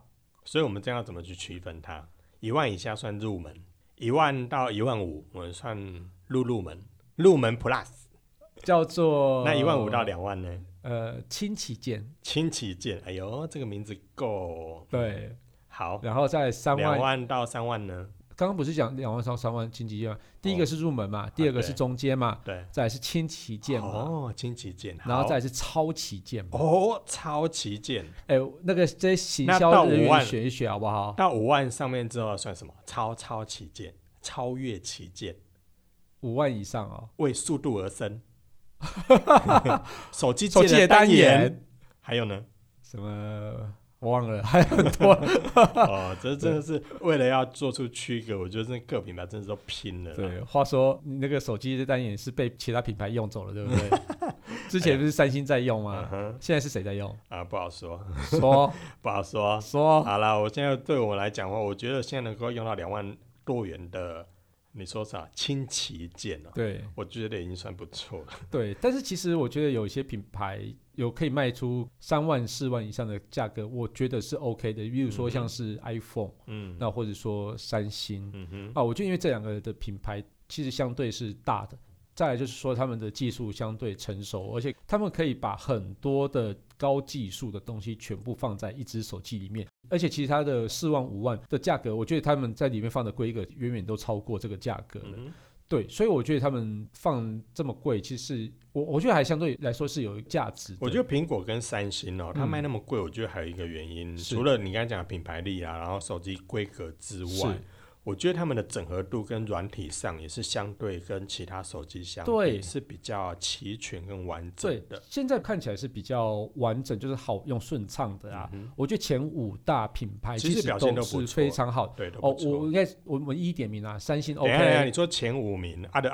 B: 所以我们这样要怎么去区分它？一万以下算入门，一万到一万五我们算入入门，入门 plus，
A: 叫做
B: 那一万五到两万呢？
A: 呃轻旗舰，
B: 轻旗舰，哎呦，这个名字够
A: 对，
B: 好，
A: 然后再三
B: 嗯两
A: 万，
B: 万到三万呢？
A: 刚刚不是讲两万到三万轻旗舰吗？第一个是入门嘛，第二个是中阶嘛，
B: 哦啊对，
A: 再来是轻旗舰嘛，
B: 哦，轻旗舰，
A: 然后
B: 好
A: 再来是超旗舰嘛。
B: 哦，超旗舰
A: 哎，那个这些行
B: 那到
A: 销人
B: 五万
A: 员学一学好不好？
B: 到五万上面之后算什么？超超旗舰，超越旗舰，
A: 五万以上哦，
B: 为速度而 生。手机
A: 手机
B: 的
A: 也单
B: 言，
A: 眼，
B: 还 有呢？
A: 什么我忘了， 还有很多。
B: 哦，这真的是为了要做出区隔，我觉得这各品牌真的都拼了啦。
A: 对，话说你那个手机的单眼是被其他品牌用走了，对不对？ 之前不是三星在用
B: 嗯
A: 吗？
B: 哼，
A: 现在是谁在用？
B: 啊，不好说，
A: 说
B: 不好说。
A: 说，
B: 好啦，我现在对我来讲的话，我觉得现在能够用到两万多元的，你说啥轻旗舰哦，
A: 对。
B: 我觉得已经算不错了。
A: 对，但是其实我觉得有一些品牌有可以卖出三万、四万以上的价格，我觉得是 OK 的。比如说像是 iPhone，、
B: 嗯
A: 那或者说三星、
B: 嗯哼，
A: 哦啊，我就因为这两个的品牌其实相对是大的。再来就是说，他们的技术相对成熟，而且他们可以把很多的高技术的东西全部放在一只手机里面，而且其实它的四万五万的价格，我觉得他们在里面放的规格远远都超过这个价格了。
B: 嗯
A: 对，所以我觉得他们放这么贵，其实我我觉得还相对来说是有价值的。
B: 我觉得苹果跟三星哦，它卖那么贵，我觉得还有一个原因，
A: 嗯是
B: 除了你刚才讲的品牌力啊，然后手机规格之外
A: 是，
B: 我觉得他们的整合度跟软体上也是相对跟其他手机相比
A: 对
B: 是比较齐全跟完
A: 对
B: 整的。
A: 现在看起来是比较完整，就是好用顺畅的啊。
B: 嗯
A: 我觉得前五大品牌
B: 其实表现
A: 都
B: 都不
A: 是
B: 错
A: 非常好
B: 哼，。对的，
A: 哦
B: 不，
A: 我
B: 错。
A: 应该我们一一点名啊，三星
B: 等一下，等一下，
A: OK，
B: 你说前五名啊？的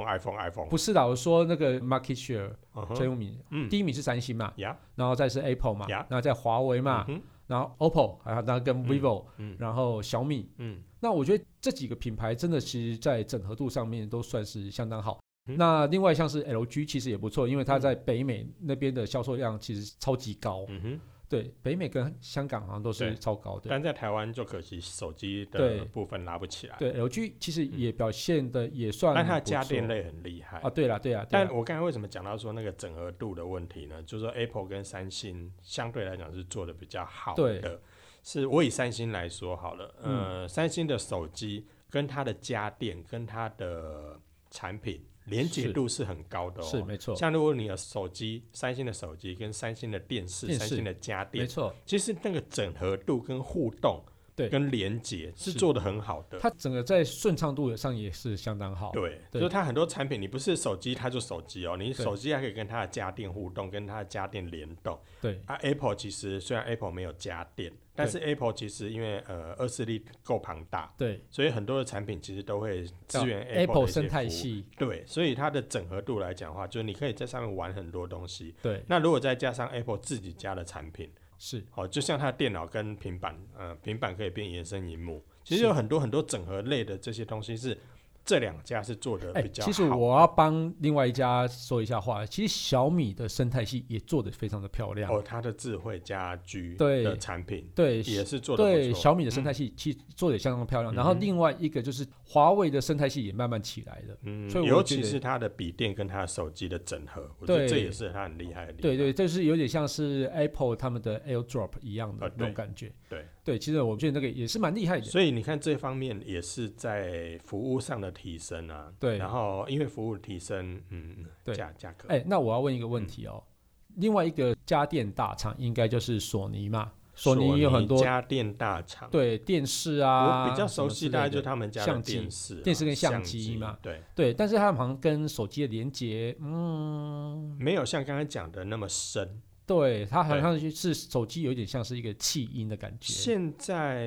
B: iPhone，iPhone，iPhone，iPhone，
A: 不是啦，我说那个 market share
B: 嗯
A: 前
B: 哼
A: 五名，
B: 嗯
A: 第一名是三星嘛，
B: 呀
A: 然后再是 Apple 嘛，
B: Yeah
A: 然后再华为嘛，
B: 嗯哼
A: 然后 OPPO，还有然后跟 vivo，、
B: 嗯
A: 然后小米。
B: 嗯
A: 那我觉得这几个品牌真的其实在整合度上面都算是相当好。
B: 嗯
A: 那另外像是 LG 其实也不错，因为它在北美那边的销售量其实超级高，
B: 嗯哼，
A: 对，北美跟香港好像都是
B: 对
A: 超高的。
B: 但在台湾就可惜手机
A: 对
B: 的部分拉不起来，
A: 对，LG 其实也表现的也算不错，
B: 嗯但它的家电类很厉害
A: 啊，对啦，对啦，对
B: 但
A: 啦
B: 我刚才为什么讲到说那个整合度的问题呢？就是说 Apple 跟三星相对来讲是做的比较好
A: 对嗯
B: 的。是我以三星来说好了，呃，三星的手机跟它的家电跟它的产品连接度是很高的
A: 是
B: 哦。
A: 没错，
B: 像如果你的手机，三星的手机跟三星的电视、
A: 电视
B: 三星的家
A: 没
B: 电，
A: 错，
B: 其实那个整合度跟互动，
A: 对
B: 跟连接是
A: 是
B: 做的很好的。
A: 它整个在顺畅度上也是相当好。
B: 对，
A: 哦对
B: 就是它很多产品，你不是手机，它就手机哦，你
A: 对
B: 手机还可以跟它的家电互动，跟它的家电联动。
A: 对
B: 啊，Apple 其实虽然 Apple 没有家电，但是 Apple 其实因为呃二势力够庞大，
A: 对
B: 所以很多的产品其实都会支援
A: 啊 Apple
B: 的一些
A: 生态
B: 服务。
A: 系，
B: 对，所以它的整合度来讲的话，就是你可以在上面玩很多东西。
A: 对
B: 那如果再加上 Apple 自己家的产品，
A: 是
B: 哦，就像它的电脑跟平板，呃，平板可以变延伸荧幕，其实
A: 是
B: 有很多很多整合类的这些东西是这两家是做的
A: 哎、
B: 呃比较好。
A: 其实我要帮另外一家说一下话，其实小米的生态系也做得非常的漂亮。
B: 哦，它的智慧家居
A: 对
B: 的产品
A: 对，
B: 也是做的
A: 对
B: 不错。嗯
A: 小米的生态系其实做得也相当漂亮。然后
B: 嗯哼
A: 另外一个就是华为的生态系也慢慢起来了。
B: 嗯
A: 所以我
B: 尤
A: 觉
B: 其
A: 得
B: 是它的笔电跟它的手机的整合，我觉得
A: 对
B: 这也是它很厉害的地方。
A: 对对，就是有点像是 Apple 他们的 AirDrop 一样的
B: 啊
A: 那
B: 对
A: 种感觉。
B: 对
A: 对，其实我觉得那个也是蛮厉害的。
B: 所以你看这方面也是在服务上的提升啊。
A: 对
B: 然后因为服务提升，嗯，
A: 对
B: 价价格，
A: 哎，那我要问一个问题哦，
B: 嗯
A: 另外一个家电大厂应该就是索尼嘛？索尼有很多
B: 家电大厂。
A: 对电视啊，
B: 我比较
A: 什
B: 熟
A: 么
B: 悉，
A: 之
B: 大概
A: 类
B: 就
A: 的
B: 他们家的
A: 相机
B: 电视啊、
A: 电视跟相
B: 相
A: 机嘛。
B: 对，
A: 对，但是它们好像跟手机的连接，嗯，
B: 没有像刚才讲的那么深。
A: 对，它好
B: 对
A: 像就是手机有点像是一个弃音的感觉。
B: 现在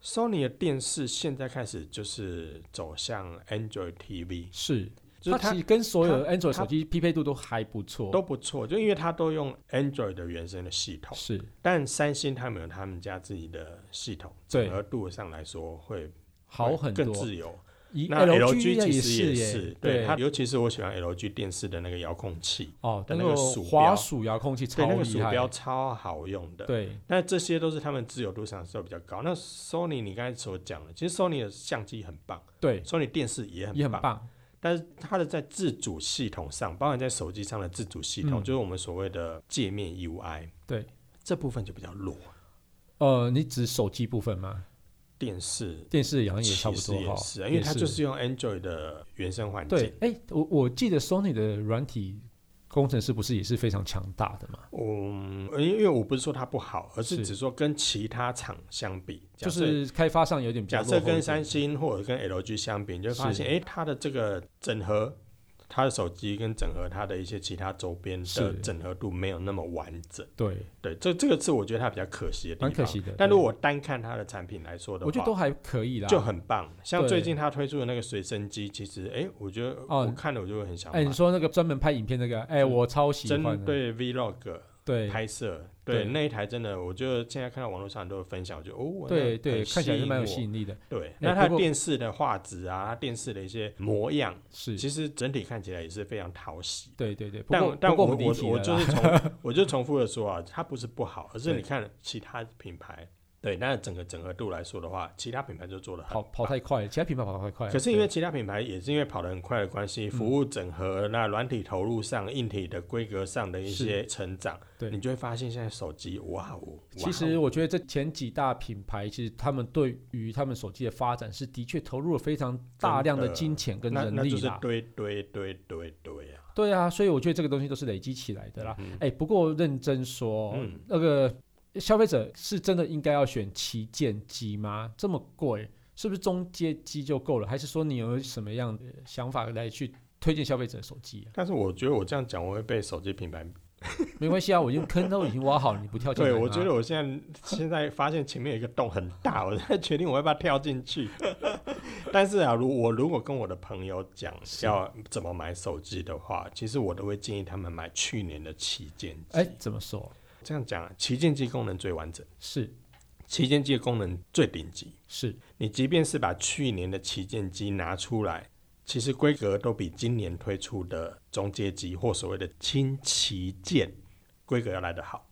B: Sony 的电视现在开始就是走向 Android TV，
A: 是，
B: 就是
A: 它
B: 它
A: 其实跟所有的 Android
B: 它
A: 手机匹配度都还不错，
B: 都不错，就因为它都用 Android 的原生的系统，
A: 是
B: 但三星他们有他们家自己的系统，
A: 对
B: 整合度上来说会
A: 好
B: 会
A: 很
B: 更
A: 多。
B: 自由。
A: 以
B: 那
A: LG
B: 其
A: 也
B: 实也
A: 耶，
B: 对它，尤其是我喜欢 LG 电视的那个遥控器，
A: 哦，
B: 的
A: 那
B: 那个
A: 个
B: 鼠
A: 滑
B: 标
A: 鼠遥控器超
B: 对那个鼠
A: 厉害，
B: 标超好用的。
A: 对
B: 那这些都是他们自由度上是比较高。那 Sony 你刚才所讲的，其实 Sony 的相机很棒
A: 对，
B: ，Sony 电视也很
A: 也很
B: 棒，
A: 棒，
B: 但是它的在自主系统上，包含在手机上的自主系统，
A: 嗯
B: 就是我们所谓的界面 UI，
A: 对，
B: 这部分就比较弱。
A: 呃，你指手机部分吗？
B: 电视
A: 电视好像也
B: 其
A: 差不
B: 实
A: 多哈
B: 也，是啊，因为
A: 也
B: 它就是用 Android 的原生环
A: 对
B: 境。。
A: 哎，我我记得 Sony 的软体工程师不是也是非常强大的嘛？
B: 嗯，因为我不是说它不好，而
A: 是
B: 是只说跟其他厂相比，假
A: 就
B: 设
A: 是开发上有点比较
B: 假
A: 落
B: 设
A: 后一
B: 跟
A: 点
B: 三星或者跟 LG 相比，你就会发现，
A: 是
B: 哎、它的这个整合，它的手机跟整合它的一些其他周边的
A: 是
B: 整合度没有那么完整。
A: 对，
B: 对，这这个是我觉得它比较可惜的地方。
A: 蛮可惜的
B: 但
A: 对
B: 如果单看它的产品来说的话，
A: 我觉得都还可以啦。
B: 就很棒。像
A: 对
B: 最近它推出的那个随身机，其实哎、我觉得
A: 哦
B: 我看了我就会很想买。
A: 哎，你说那个专门拍影片那个，哎，
B: 嗯
A: 我超喜欢
B: 针
A: 的，
B: 对 Vlog
A: 对
B: 拍摄，
A: 对
B: 对那一台真的，我就现在看到网络上很多人分享，我觉得哦，
A: 对
B: 那
A: 对，
B: 很
A: 看起来是蛮有
B: 吸
A: 吸
B: 引我
A: 引力的，
B: 对，
A: 哎
B: 那它
A: 不过
B: 电视的画质啊，它电视的一些模样，
A: 是，
B: 其实整体看起来也是非常讨喜。
A: 对对对。不
B: 但
A: 过
B: 但
A: 不过
B: 我
A: 们离
B: 我
A: 题
B: 我
A: 了
B: 就
A: 啦
B: 是重我就重复的说啊，它不是不好，而是
A: 对
B: 你看其他品牌对，但是整个整合度来说的话，其他品牌就做的
A: 跑跑太快了，其他品牌跑太快了。
B: 可是因为其他品牌也是因为跑得很快的关系，
A: 嗯
B: 服务整合、那软体投入上、硬体的规格上的一
A: 是
B: 些成长，
A: 对
B: 你就会发现现在手机，哇哦，哇
A: 其
B: 哦
A: 实我觉得这前几大品牌，其实他们对于他们手机的发展是的确投入了非常大量的
B: 真的
A: 金钱跟
B: 那
A: 人
B: 那
A: 力
B: 就是
A: 啦。
B: 堆堆堆堆堆啊，
A: 对啊，所以我觉得这个东西都是累积起来的啦。
B: 嗯
A: 哎、不过认真说，
B: 嗯
A: 那个消费者是真的应该要选旗舰机吗？这么贵，是不是中阶机就够了？还是说你有什么样的想法来去推荐消费者手机、啊？
B: 但是我觉得我这样讲，我会被手机品牌。
A: 没关系啊，我已经坑都已经挖哦好了，你啊不跳进来
B: 对，
A: 吗？
B: 我觉得我现在现在发现前面有一个洞很大，我在决定我要不要跳进去。 但是啊，如我如果跟我的朋友讲
A: 是
B: 要怎么买手机的话，其实我都会建议他们买去年的旗舰机。
A: 哎、怎么说？
B: 这样讲，啊旗舰机功能最完整，
A: 是
B: 旗舰机的功能最顶级。
A: 是，
B: 你即便是把去年的旗舰机拿出来，其实规格都比今年推出的中阶机或所谓的轻旗舰规格要来得好。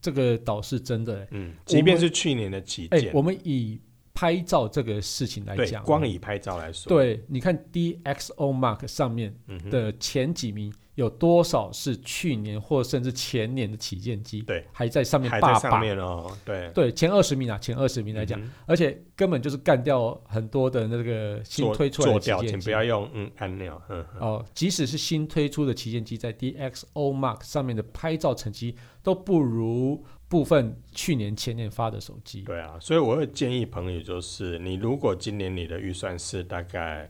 A: 这个倒是真的、欸。
B: 嗯，即便是去年的旗
A: 哎、
B: 舰，
A: 我们以拍照这个事情来
B: 对
A: 讲，哦
B: 光以拍照来说，，
A: 对，你看 DxO Mark 上面
B: 嗯哼，
A: 的前几名有多少是去年或甚至前年的旗舰机？
B: 对，
A: 还在上面
B: 还在
A: 霸
B: 上
A: 榜。
B: 面哦，对，
A: 对，前二十名啊，前二十名来讲，
B: 嗯哼，
A: 而且根本就是干掉很多的那个新
B: 做
A: 推出来
B: 做
A: 的旗
B: 掉，
A: 舰
B: 请
A: 机
B: 不。要用嗯按钮，嗯哼，
A: 哦，即使是新推出的旗舰机，在 DxO Mark 上面的拍照成绩都不如部分去年前年发的手机。
B: 对啊，所以我会建议朋友，就是你如果今年你的预算是大概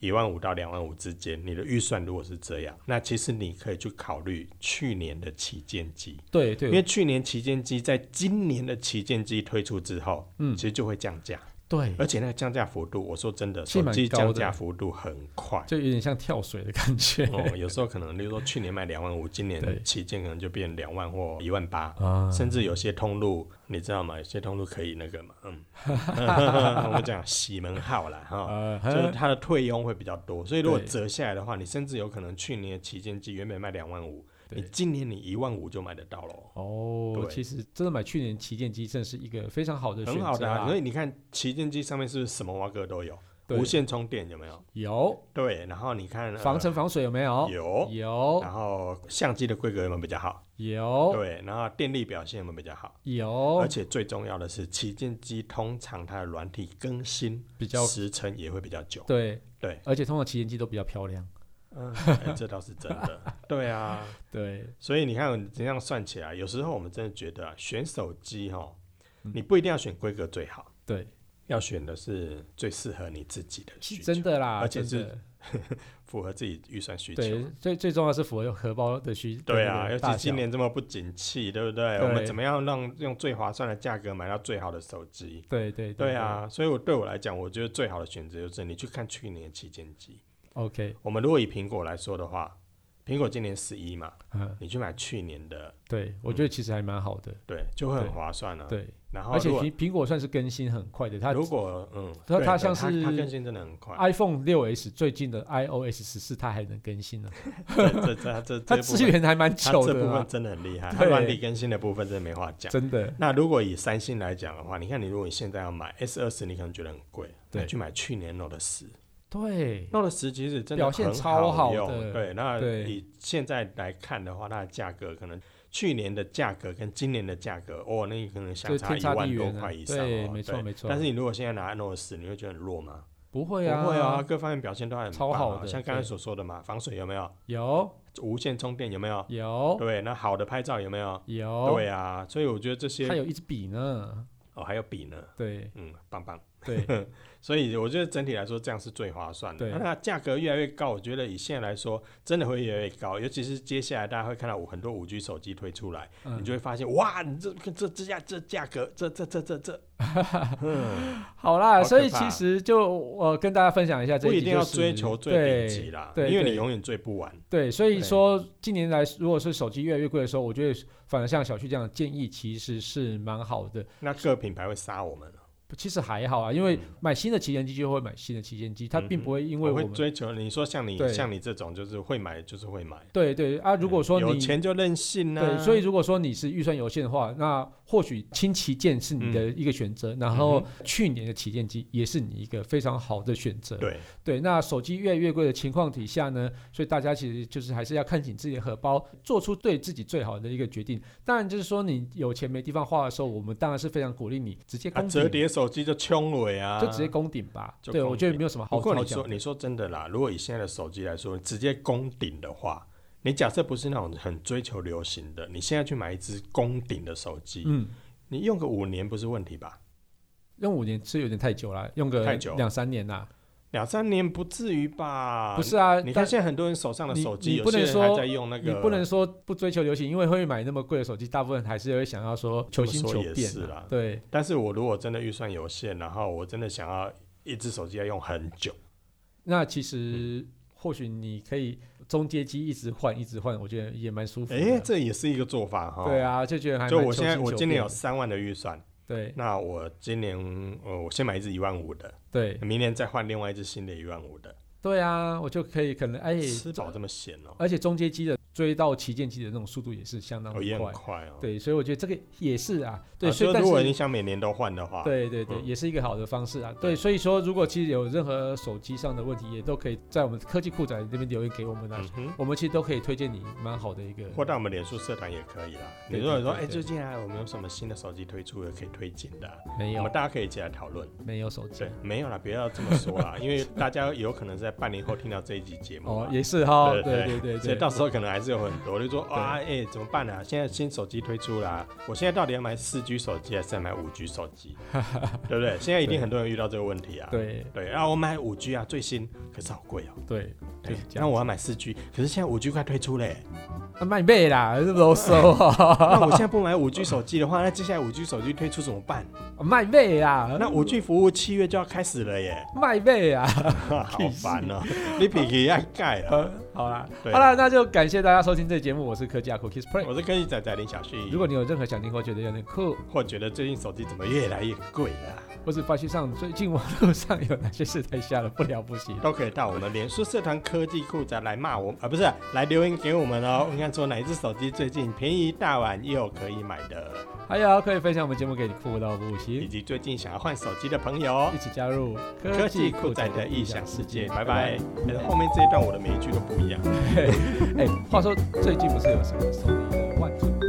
B: 一万五到两万五之间，你的预算如果是这样，那其实你可以去考虑去年的旗舰机，
A: 对
B: 因
A: 对，
B: 为去年旗舰机在今年的旗舰机推出之后，
A: 嗯
B: 其实就会降价，
A: 对，
B: 而且那个降价幅度，我说真的，
A: 其实
B: 手
A: 蛮
B: 机
A: 高的
B: 降价幅度很快。
A: 就有点像跳水的感 觉。
B: 哦，有时候可能，例如说去年卖两万五，今
A: 对
B: 年旗舰可能就变两万或一万八，
A: 啊，
B: 甚至有些通路，你知道吗？有些通路可以那个嘛，嗯， 我讲喜门号啦，哈，
A: 呃，
B: 啊就是它的退佣会比较多，所以如果
A: 对
B: 折下来的话，你甚至有可能去年的旗舰机原本卖两万五，
A: 对
B: 你今年你一万五就买得到喽，
A: 哦，
B: 对
A: 其实真的买去年旗舰机，真的是一个非常好的选
B: 很
A: 择、
B: 好的、啊。所以你看旗舰机上面是不是什么蛙哥都有，
A: 对
B: 无线充电有没有？
A: 有
B: 对，然后你看、呃呃
A: 防尘防水有没有？
B: 有，
A: 有
B: 然后相机的规格有没有比较好？
A: 有
B: 啊对，然后电力表现有没有比较好？而
A: 有，
B: 且最重要的是，旗舰机通常它的软体更新
A: 比较
B: 时程也会比较久。
A: 对
B: 对，
A: 而且通常旗舰机都比较漂亮。
B: 嗯、哎这倒是 真的。对啊，
A: 对，
B: 所以你看，这样算起来，有时候我们真的觉得、啊、选手机哈、
A: 嗯
B: 你不一定要选规格最好，
A: 对，
B: 要选的是最适合你自己的需
A: 是
B: 求，
A: 真的啦，
B: 而且
A: 真
B: 是
A: 的
B: 符合自己预算需
A: 对
B: 求。
A: 最最重要是符合荷包的需。
B: 对啊，
A: 那
B: 尤
A: 个大
B: 其今
A: 小
B: 年这么不景气，对不对？
A: 对
B: 我们怎么样让用最划算的价格买到最好的手机？
A: 对对
B: 对，啊，所以我对我来讲，我觉得最好的选择就是你去看去年的旗舰机。
A: 对，OK，
B: 我们如果以苹果来说的话，苹果今年十一嘛，
A: 嗯，
B: 你去买去年的，
A: 对，我觉得其实还蛮好的。
B: 对，就会很
A: 对
B: 划算嗯啊。
A: 对，
B: 然后
A: 而且
B: 如果
A: 苹苹果算是更新很快的，它
B: 如果嗯，
A: 它
B: 对
A: 它
B: 对
A: 像
B: 它
A: 是啊
B: 它更新真的很快，
A: iPhone 六 S 最近的 iOS 十四它还能更新呢、
B: 对这 这这
A: 它
B: 这部
A: 资
B: 分
A: 源还蛮
B: 它
A: 久
B: 这
A: 的
B: 部
A: 啊、
B: 分真的很厉害，
A: 对
B: 它软体更新的部分真的没话讲。
A: 真的
B: 那如果以三星来讲的话，你看你如果你现在要买 S 二十，你可能觉得很贵，
A: 对
B: 那去买去年 Note 十
A: 对
B: ，Note 十其实真的
A: 表现
B: 很
A: 超好
B: 用
A: 的
B: 对，那
A: 对
B: 以现在来看的话，它的价格可能去年的价格跟今年的价格，哦，那可能相
A: 就
B: 差
A: 天
B: 一
A: 差地
B: 万多
A: 远啊
B: 块以！上、哦，
A: 对，没错没错。
B: 但是你如果现在拿 Note 十，你会觉得很弱吗？
A: 不会啊，
B: 不会啊，，各方面表现都还很棒啊、
A: 超好的
B: 像刚才
A: 对
B: 所说的嘛，防水有没有？
A: 有
B: 无线充电有没有？
A: 有
B: 对，那好的拍照有没有？
A: 有，
B: 对啊，所以我觉得这
A: 它
B: 些
A: 有一支笔呢。
B: 哦还有笔呢，
A: 对
B: 嗯，棒 棒。
A: 对
B: 所以我觉得整体来说，这样是最划算的。
A: 对
B: 那它价格越来越高，我觉得以现在来说，真的会越来越高。尤其是接下来大家会看到我很多五 G 手机推出来，
A: 嗯
B: 你就会发现，哇，你这这这价这价格，这这这这这，嗯，
A: 好啦，
B: 好
A: 所以
B: 可怕
A: 其实就我、呃跟大家分享一下这
B: 不
A: 一
B: 一
A: 集
B: 定
A: 就
B: 要
A: 是
B: 追求最顶级啦，
A: 对，对
B: 因为
A: 对
B: 你永远追不完。
A: 对，所以
B: 对
A: 说近年来如果是手机越来越贵的时候，我觉得反而像小旭这样的建议其实是蛮好的。
B: 那各品牌会杀我们了
A: 其实还好啊，因
B: 嗯
A: 为买新的旗舰机就会买新的旗舰机，它并不会因为我
B: 我嗯会
A: 们
B: 追求你说像你
A: 对
B: 像你这种就是会买就是会买。
A: 对对啊，如果说
B: 嗯有
A: 你
B: 钱就任性啊呐、
A: 对，所以如果说你是预算有限的话，那或许轻旗舰是你
B: 嗯
A: 的一个选择，然后去年的旗舰机也是你一个非常好的选择。
B: 对啊
A: 对那手机越来越贵的情况底下呢，所以大家其实就是还是要看紧自己的荷包，做出对自己最好的一个决定。当然，就是说你有钱没地方花的时候，我们当然是非常鼓励你直接
B: 啊，
A: 攻顶，
B: 折叠手机就冲尾啊，
A: 就直接攻顶吧。
B: 就
A: 对，
B: 攻
A: 我觉得
B: 顶
A: 没有什么好
B: 不过
A: 好
B: 你
A: 讲
B: 说，。你说真的啦，如果以现在的手机来说，直接攻顶的话，你假设不是那种很追求流行的，你现在去买一只攻顶的手机，
A: 嗯，
B: 你用个五年不是问题吧？
A: 用五年是有点太久了，用个
B: 太久
A: 两三年啦、
B: 两三年不至于吧？
A: 不是啊，
B: 你
A: 但
B: 看现在很多人手上的
A: 你
B: 手机，
A: 你不能
B: 有些人还
A: 说
B: 在用那个，
A: 你不能说不追求流行，因为会买那么贵的手机，大部分还是会想要说求新求
B: 这
A: 变、啊
B: 么说也是啦
A: 对，
B: 但是我如果真的预算有限，然后我真的想要一只手机要用很久，
A: 那其实、或许你可以中阶机一直换，一直换，我觉得也蛮舒服的。
B: 哎，这也是一个做法哈。
A: 嗯对。啊，就觉得还蛮
B: 就我现在，
A: 求新
B: 我
A: 求
B: 今年有
A: 变的
B: 三万的预算，
A: 对
B: 那我今年呃，我先买一只一万五的，
A: 对
B: 明年再换另外一只新的一万五的，
A: 对啊，我就可以可能哎，
B: 吃饱这么闲哦、
A: 而且中阶机的追到旗舰机的那种速度也是相当
B: 哦
A: 的
B: 也
A: 快。
B: 很快哦、
A: 对，所以我觉得这个也是啊，对，
B: 啊
A: 所以
B: 就
A: 但
B: 如果
A: 是
B: 你想每年都换的话，，
A: 对对对，
B: 嗯
A: 也是一个好的方式啊。
B: 对
A: 对，所以说如果其实有任何手机上的问题，也都可以在我们科技库展这边留言给我们啊
B: 嗯。哼，
A: 我们其实都可以推荐你蛮好的一个，
B: 或到我们脸书社团也可以啦。你
A: 对
B: 如果
A: 对
B: 说，
A: 对
B: 哎、
A: 对
B: 最近啊，我们有什么新的手机推出的可以推荐的啊、
A: 没
B: 我
A: 有
B: 们大家可以一起来讨论。
A: 没有手机
B: 对，没有啦，不要这么说 啦，因为大家有可能是在半年后听到这一集节目
A: 哦
B: 嘛，
A: 也是哈，
B: 对
A: 对
B: 对
A: 对对
B: 所以
A: 对
B: 到时候可能还是有很多，就说啊，哎、怎么办啊？现在新手机推出啦、我现在到底要买四 G 手机还是要买五 G 手 机？对不对？现在一定很多人遇到这个问题啊。
A: 对
B: 对，然后我买五 G 啊，最新，可是好贵哦、
A: 对
B: 对
A: 对，，这
B: 那
A: 样
B: 我要买四 G，可是现在五 G 快推出 嘞、
A: 啊卖背啦，这啰 嗦啊，
B: 那我现在不买五 G 手机的话，那接下来五 G 手机推出怎 么办？
A: 卖背啦，
B: 那五 G 服务七月就要开始 了耶，
A: 卖背 啊。
B: 好烦哦、你比给要盖了。
A: 呃 好啦，
B: 对
A: 好啦，那就感谢大家收听这节目，我是科技阿酷 Kiss Play。
B: 我是科技仔仔林小旭。
A: 如果你有任何想听或觉得有点酷，
B: 或觉得最近手机怎么越来越贵了、
A: 或是发现上最近网络上有哪些事太吓了不了不起，
B: 都可以到我们脸书社团科技库宅来骂我们啊，不是来留言给我们哦。你看说哪一只手机最近便宜大碗又可以买的，
A: 还有可以分享我们节目给你酷到不
B: 以
A: 行，
B: 及最近想要换手机的朋友
A: 一。起加入
B: 科技酷宅的异想世界，拜拜。。哎后面这一段我的每一句都不一样。
A: 哎，话说最近不是有什么索尼的万智？